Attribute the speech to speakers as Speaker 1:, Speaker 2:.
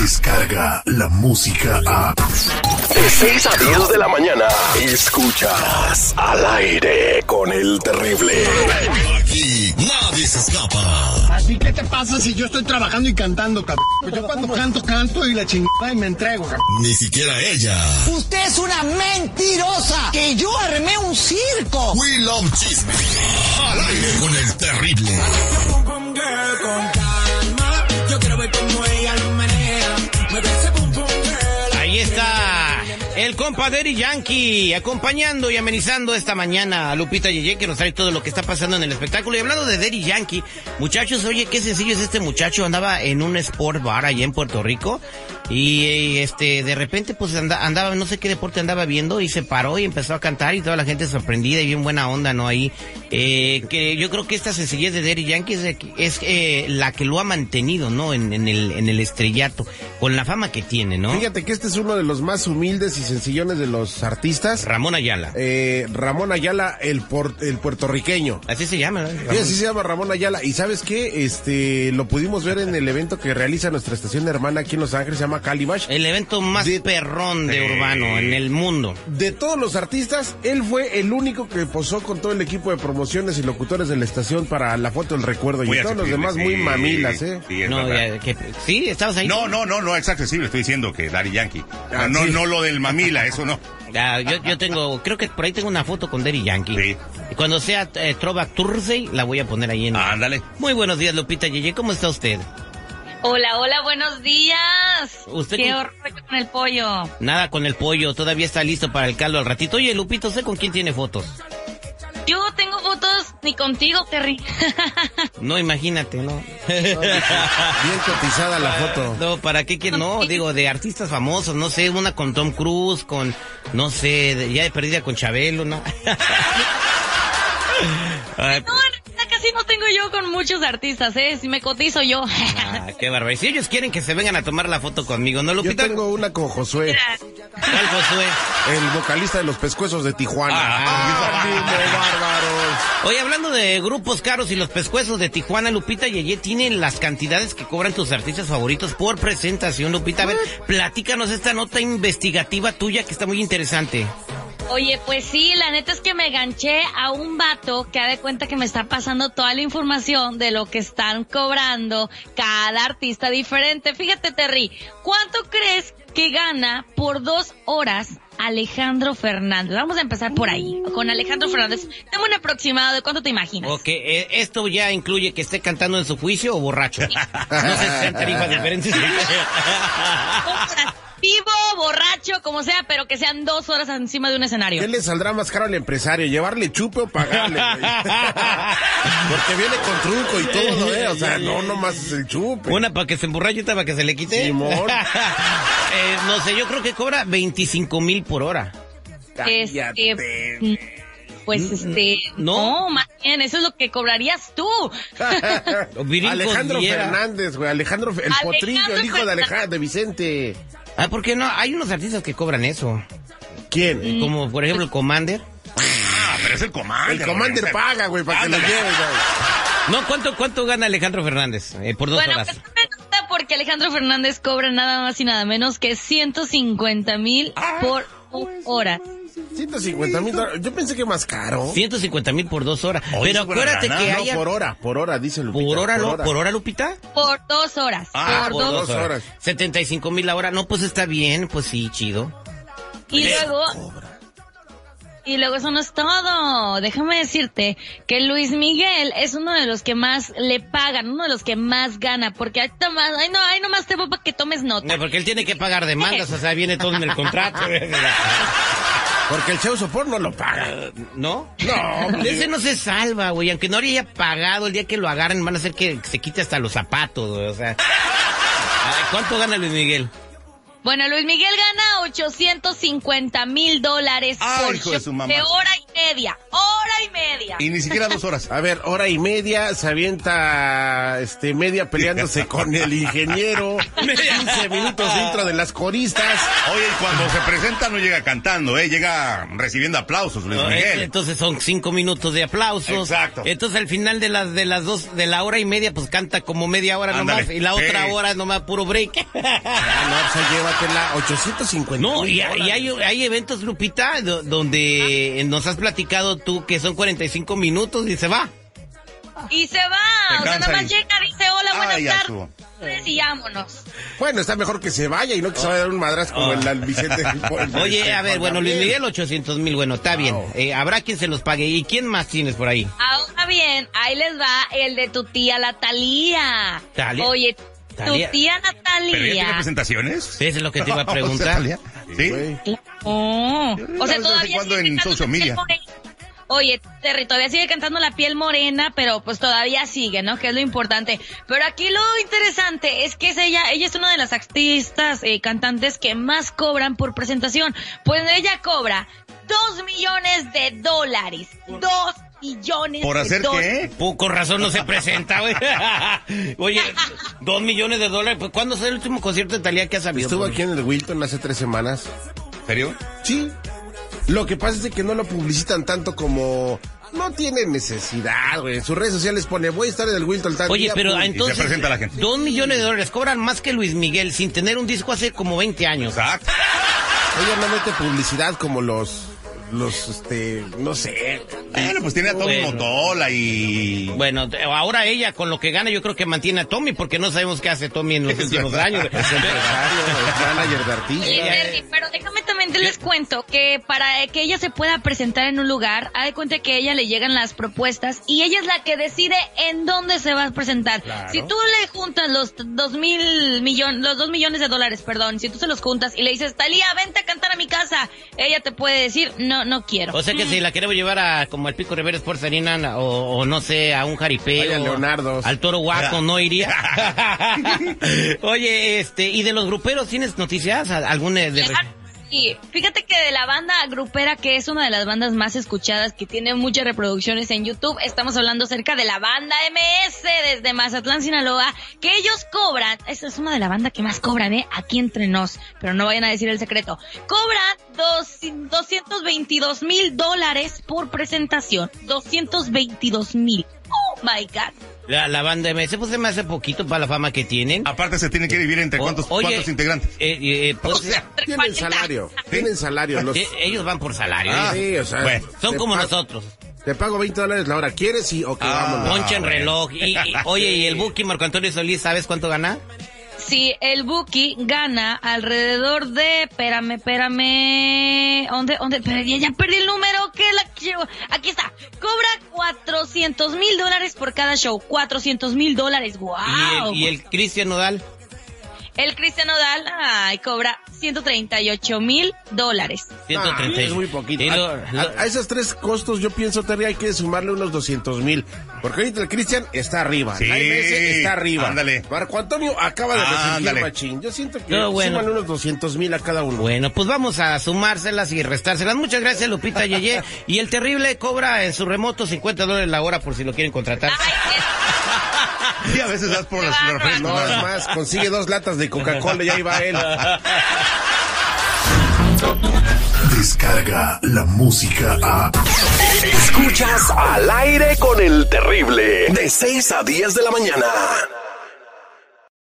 Speaker 1: Descarga la música a.
Speaker 2: De 6 a 10 de la mañana. Escuchas al aire con el terrible.
Speaker 3: Aquí nadie se escapa.
Speaker 4: ¿A ti qué te pasa si yo estoy trabajando y cantando, cabrón? Pues yo cuando canto, canto y la chingada y me entrego, cabrón.
Speaker 3: Ni siquiera ella.
Speaker 5: Usted es una mentirosa. Que yo armé un circo.
Speaker 3: We love chisme. Al aire con el terrible.
Speaker 6: Ahí está el compadre Yankee acompañando y amenizando esta mañana a Lupita Yeye que nos trae todo lo que está pasando en el espectáculo. Y hablando de Daddy Yankee, muchachos, oye, qué sencillo es este muchacho. Andaba en un sport bar allá en Puerto Rico y, eh, este de repente pues anda- andaba, no sé qué deporte andaba viendo y se paró y empezó a cantar y toda la gente sorprendida y bien buena onda, ¿no? Ahí, eh, que yo creo que esta sencillez de Daddy Yankee es, es, eh, la que lo ha mantenido, ¿no? En, en el, en el estrellato, con la fama que tiene, ¿no?
Speaker 7: Fíjate que este es uno de los más humildes y sencillones de los artistas.
Speaker 6: Ramón Ayala.
Speaker 7: Eh, Ramón Ayala, el, por- el puertorriqueño.
Speaker 6: Así se llama, ¿no?
Speaker 7: Sí, así se llama Ramón Ayala. Y sabes qué, este, lo pudimos ver en el evento que realiza nuestra estación hermana aquí en Los Ángeles, se llama Calibash.
Speaker 6: El evento más
Speaker 7: De-
Speaker 6: perrón de urbano en el mundo.
Speaker 7: De todos los artistas, él fue el único que posó con todo el equipo de promociones y locutores de la estación para la foto del recuerdo.
Speaker 8: Muy
Speaker 7: y todos los
Speaker 8: accesible,
Speaker 7: demás
Speaker 8: sí,
Speaker 7: muy mamilas, ¿eh?
Speaker 8: sí, es
Speaker 6: No,
Speaker 8: verdad.
Speaker 6: ya, que- sí, estabas ahí.
Speaker 8: no, no, no, no es accesible, estoy diciendo que Daddy Yankee.
Speaker 7: Ah,
Speaker 8: no,
Speaker 7: sí.
Speaker 8: no lo del mamila, eso no.
Speaker 6: Ya, yo, yo tengo, creo que por ahí tengo una foto con Derry Yankee.
Speaker 8: Sí.
Speaker 6: Y cuando sea eh, Trova Thursday, la voy a poner ahí en.
Speaker 8: Ándale.
Speaker 6: Muy buenos días, Lupita Yeye. ¿Cómo está usted?
Speaker 9: Hola, hola, buenos días.
Speaker 6: Usted
Speaker 9: Qué
Speaker 6: con-
Speaker 9: rollo con el pollo.
Speaker 6: Nada con el pollo, todavía está listo para el caldo al ratito. Oye, Lupita, ¿usted con quién tiene fotos?
Speaker 9: Yo tengo fotos ni contigo, Terry.
Speaker 6: No, imagínate, ¿no?
Speaker 7: Bien cotizada la foto.
Speaker 6: Ah, No, ¿para qué que no? Digo, de artistas famosos, no sé, una con Tom Cruise, con, no sé, de- ya de perdida con Chabelo, ¿no? Ay,
Speaker 9: No, en realidad casi no tengo yo con muchos artistas, ¿eh? Si me cotizo yo.
Speaker 6: ah, qué bárbaro. Y Si ellos quieren que se vengan a tomar la foto conmigo, ¿no,
Speaker 7: Yo
Speaker 6: Lupita?
Speaker 7: tengo una con Josué,
Speaker 6: ¿Cuál, Josué?
Speaker 7: el vocalista de los pescuezos de Tijuana.
Speaker 6: Ah.
Speaker 7: ¡Ánimo, bárbaros!
Speaker 6: Oye, hablando de grupos caros y los pescuezos de Tijuana, Lupita Yeye tiene las cantidades que cobran tus artistas favoritos por presentación, Lupita. A ver, platícanos esta nota investigativa tuya que está muy interesante.
Speaker 9: Oye, pues sí, la neta es que me ganché a un vato que ha de cuenta que me está pasando toda la información de lo que están cobrando cada artista diferente. Fíjate, Terry, ¿cuánto crees que gana por dos horas Alejandro Fernández? Vamos a empezar por ahí, con Alejandro Fernández. Dame un aproximado de cuánto te imaginas.
Speaker 6: Ok, eh, esto ya incluye que esté cantando en su juicio o borracho. No sé si sean tarifas diferentes.
Speaker 9: Dos horas, Vivo, borracho, como sea, pero que sean dos horas encima de un escenario.
Speaker 7: ¿Qué le saldrá más caro al empresario? ¿Llevarle chupe o pagarle? güey? Porque viene con truco y todo, ¿eh? O sea, no nomás es el chupe.
Speaker 6: Una para que se emborrache y otra para que se le quite.
Speaker 7: Simón.
Speaker 6: Eh, no sé, yo creo que cobra 25 mil por hora.
Speaker 9: Este, pues este,
Speaker 6: no.
Speaker 9: no. más bien, eso es lo que cobrarías tú.
Speaker 7: Ah,
Speaker 6: Virín
Speaker 7: Alejandro
Speaker 6: Cordillera.
Speaker 7: Fernández, güey. Alejandro, Fe- el
Speaker 9: Alejandro
Speaker 7: potrillo, el hijo de
Speaker 9: Fernández.
Speaker 7: Alejandro, de Vicente.
Speaker 6: Ah, ¿por qué no? Hay unos artistas que cobran eso.
Speaker 7: ¿Quién?
Speaker 9: Mm.
Speaker 6: Como, por ejemplo, el Commander.
Speaker 8: Ah, pero es el Commander.
Speaker 7: El Commander
Speaker 8: hombre.
Speaker 7: paga, güey, para que lo
Speaker 8: Ándale.
Speaker 7: lleve, güey.
Speaker 6: No, ¿cuánto, cuánto gana Alejandro Fernández eh, por dos
Speaker 9: bueno,
Speaker 6: horas?
Speaker 9: pues me nota porque Alejandro Fernández cobra nada más y nada menos que 150 mil por dos horas.
Speaker 7: 150 mil dólares. Yo pensé que más caro.
Speaker 6: 150 mil por dos horas.
Speaker 8: Oye,
Speaker 6: Pero
Speaker 8: es buena
Speaker 6: acuérdate
Speaker 8: lana,
Speaker 6: que
Speaker 7: No,
Speaker 6: hay...
Speaker 7: por hora, por hora, dice Lupita.
Speaker 6: por hora, ¿no? ¿Por hora, Lupita?
Speaker 9: Por dos horas.
Speaker 8: Ah,
Speaker 9: por
Speaker 7: por
Speaker 9: dos.
Speaker 7: dos horas.
Speaker 6: 75 mil la hora. No, pues está bien, pues sí, chido.
Speaker 9: Y luego. Y luego eso no es todo. Déjame decirte que Luis Miguel es uno de los que más le pagan, uno de los que más gana, porque ahí nomás, ay no, ahí nomás te voy para que tomes nota.
Speaker 6: No, porque él tiene que pagar demandas, o sea, viene todo en el contrato.
Speaker 7: Porque el show support no lo paga.
Speaker 6: ¿No?
Speaker 7: No,
Speaker 6: De ese no se salva, güey. Aunque no haya pagado, el día que lo agarren van a hacer que se quite hasta los zapatos, güey. O sea. Ay, ¿Cuánto gana Luis Miguel?
Speaker 9: Bueno, Luis Miguel gana 850 mil dólares
Speaker 8: Ay,
Speaker 9: por
Speaker 8: hijo de
Speaker 9: show
Speaker 8: su mamá.
Speaker 9: de hora y media. Hora y media.
Speaker 8: Y ni siquiera dos horas.
Speaker 7: A ver, hora y media se avienta este media peleándose con el ingeniero. 15 minutos dentro de las coristas.
Speaker 8: Oye, y cuando se presenta no llega cantando, ¿eh? Llega recibiendo aplausos, Luis
Speaker 6: No, eh,
Speaker 8: Miguel.
Speaker 6: Entonces son cinco minutos de aplausos.
Speaker 8: Exacto.
Speaker 6: Entonces al final de las de las dos, de la hora y media, pues canta como media hora
Speaker 8: Ándale.
Speaker 6: nomás. Y la otra
Speaker 8: Sí. pues
Speaker 6: hora nomás puro break.
Speaker 7: Ah, no, o sea, llévatela 850.
Speaker 6: No, y, hay- y hay, hay eventos, Lupita, do- donde nos has platicado tú que son 45 minutos y se va.
Speaker 9: Y se va.
Speaker 8: Te
Speaker 9: O sea, nada
Speaker 8: cansa
Speaker 9: más
Speaker 8: y-
Speaker 9: llega, dice hola, buenas
Speaker 8: Ay, ya estuvo.
Speaker 9: tardes pues, y vámonos.
Speaker 7: Bueno, está mejor que se vaya y no que se vaya a dar un madrazo como el al Vicente.
Speaker 6: Oye, a ver, bueno, Luis
Speaker 7: Gabriel.
Speaker 6: Miguel, 800 mil, bueno, está bien. Eh, habrá quien se los pague. ¿Y quién más tienes por ahí?
Speaker 9: Ahora bien, ahí les va el de tu tía, la Talía.
Speaker 6: Thalía.
Speaker 9: Oye,
Speaker 6: Thalía.
Speaker 9: tu tía, la
Speaker 8: ¿Pero ella tiene
Speaker 9: Talía.
Speaker 8: presentaciones?
Speaker 6: Eso es lo que te iba a
Speaker 8: O sea,
Speaker 6: preguntar.
Speaker 8: Talía,
Speaker 7: Sí,
Speaker 8: Sí.
Speaker 7: güey.
Speaker 9: Oh,
Speaker 8: vez
Speaker 9: o
Speaker 8: de vez
Speaker 9: sea,
Speaker 8: en
Speaker 9: todavía
Speaker 8: cuando
Speaker 9: sigue
Speaker 8: en
Speaker 9: cantando
Speaker 8: social
Speaker 9: la piel
Speaker 8: media.
Speaker 9: morena. Oye, Terry, todavía sigue cantando la piel morena, pero pues todavía sigue, ¿no? Que es lo importante. Pero aquí lo interesante es que es ella, ella es una de las artistas eh, cantantes que más cobran por presentación. Pues ella cobra dos millones de dólares. Dos millones
Speaker 8: ¿Por
Speaker 9: de
Speaker 8: hacer qué?
Speaker 9: dólares.
Speaker 6: Pu- Con razón no se presenta, güey. Oye, dos millones de dólares. Pues, ¿Cuándo fue el último concierto de Talía que has sabido?
Speaker 7: Estuvo
Speaker 6: por-
Speaker 7: aquí en el Wilton hace tres semanas.
Speaker 8: ¿En serio?
Speaker 7: Sí. Lo que pasa es de que no lo publicitan tanto como... No tiene necesidad, güey. En sus redes sociales pone, voy a estar en el Wilton tal
Speaker 6: Oye,
Speaker 7: día,
Speaker 6: pero
Speaker 7: pum.
Speaker 6: ah, entonces...
Speaker 8: presenta la gente.
Speaker 6: Dos millones de dólares. Cobran más que Luis Miguel sin tener un disco hace como 20 años.
Speaker 8: Exacto.
Speaker 7: Ella no mete publicidad como los... Los, este... No sé.
Speaker 8: Bueno, pues tiene a Tom
Speaker 6: Bueno.
Speaker 8: Motola y...
Speaker 6: Bueno, te- ahora ella con lo que gana yo creo que mantiene a Tommy porque no sabemos qué hace Tommy en los
Speaker 8: Es
Speaker 6: últimos
Speaker 8: verdad.
Speaker 6: años.
Speaker 7: Es empresario, es manager de artista.
Speaker 6: Eh,
Speaker 9: Oye, Terry, Eh, pero déjame también te les cuento que para que ella se pueda presentar en un lugar, haz de cuenta que a ella le llegan las propuestas y ella es la que decide en dónde se va a presentar. Si tú le juntas los dos mil millones, los dos millones de dólares, perdón, si tú se los juntas y le dices, Talía, vente a cantar a mi casa, ella te puede decir, no, no quiero.
Speaker 6: O sea que si la queremos llevar a como al Pico Rivera Sports Arena o, o no sé, a un jaripeo.
Speaker 7: Vaya, Leonardos.
Speaker 6: Al Toro Guaco no iría. Oye, este, ¿y de los gruperos tienes noticias? ¿Al- ¿Algún eh, de...
Speaker 9: Claro, Ah, sí. fíjate que de la banda grupera, que es una de las bandas más escuchadas, que tiene muchas reproducciones en YouTube, estamos hablando cerca de la banda MS desde Mazatlán, Sinaloa, que ellos cobran, esta es una de la banda que más cobran, ¿eh? Aquí entre nos, pero no vayan a decir el secreto, cobran dos, 222 mil dólares por presentación, 222 mil. Oh my god.
Speaker 6: la, la banda MS? Pues se me hace poquito para la fama que tienen.
Speaker 8: Aparte se tiene que dividir entre
Speaker 6: O-
Speaker 8: Ah, cuántos,
Speaker 6: oye,
Speaker 8: cuántos integrantes.
Speaker 6: eh, eh, pues,
Speaker 7: Tienen salario. Tienen salario. Los...
Speaker 6: eh, ellos van por salario.
Speaker 8: Ah,
Speaker 6: ellos-
Speaker 7: Sí, o sea,
Speaker 8: bueno,
Speaker 6: Son
Speaker 7: te
Speaker 6: como Ah,
Speaker 7: pa-
Speaker 6: nosotros.
Speaker 7: Te pago 20 dólares la hora. ¿Quieres? Sí, ok, vámonos.
Speaker 6: Poncha en
Speaker 8: Ah, bueno.
Speaker 6: reloj. Y, y- oye, ¿y el Buki Marco Antonio Solís, sabes cuánto gana?
Speaker 9: Sí, el Buki gana alrededor de, espérame, espérame, ¿dónde, dónde perdí? Ya perdí el número, que la llevo? Aquí está, cobra 400 mil dólares por cada show, 400 mil dólares, wow.
Speaker 6: Y el, y el Cristian
Speaker 8: Ah,
Speaker 6: Nodal.
Speaker 9: El Cristian Odal, ay, cobra 138 mil dólares.
Speaker 7: Ah, es muy poquito.
Speaker 6: Y lo-
Speaker 7: a,
Speaker 6: lo-
Speaker 7: a- a esos tres costos yo pienso, Terry, hay que sumarle unos 200 mil. Porque ahorita el Cristian está arriba.
Speaker 8: Sí,
Speaker 7: La MS está arriba.
Speaker 8: ándale.
Speaker 7: Marco Antonio acaba de recibir
Speaker 8: Ándale.
Speaker 7: machín. Yo siento que
Speaker 6: No, bueno.
Speaker 7: suman unos 200 mil a cada uno.
Speaker 6: bueno, pues vamos a sumárselas y restárselas. Muchas gracias, Lupita Yeye. Y el terrible cobra en su remoto 50 dólares la hora por si lo quieren contratar.
Speaker 9: Ay,
Speaker 8: Sí, a veces das por las
Speaker 9: Qué
Speaker 8: superficies.
Speaker 7: No, es más, consigue dos latas de Coca-Cola y ahí va él.
Speaker 1: Descarga la música a.
Speaker 2: Escuchas al aire con el terrible. De 6 a 10 de la mañana.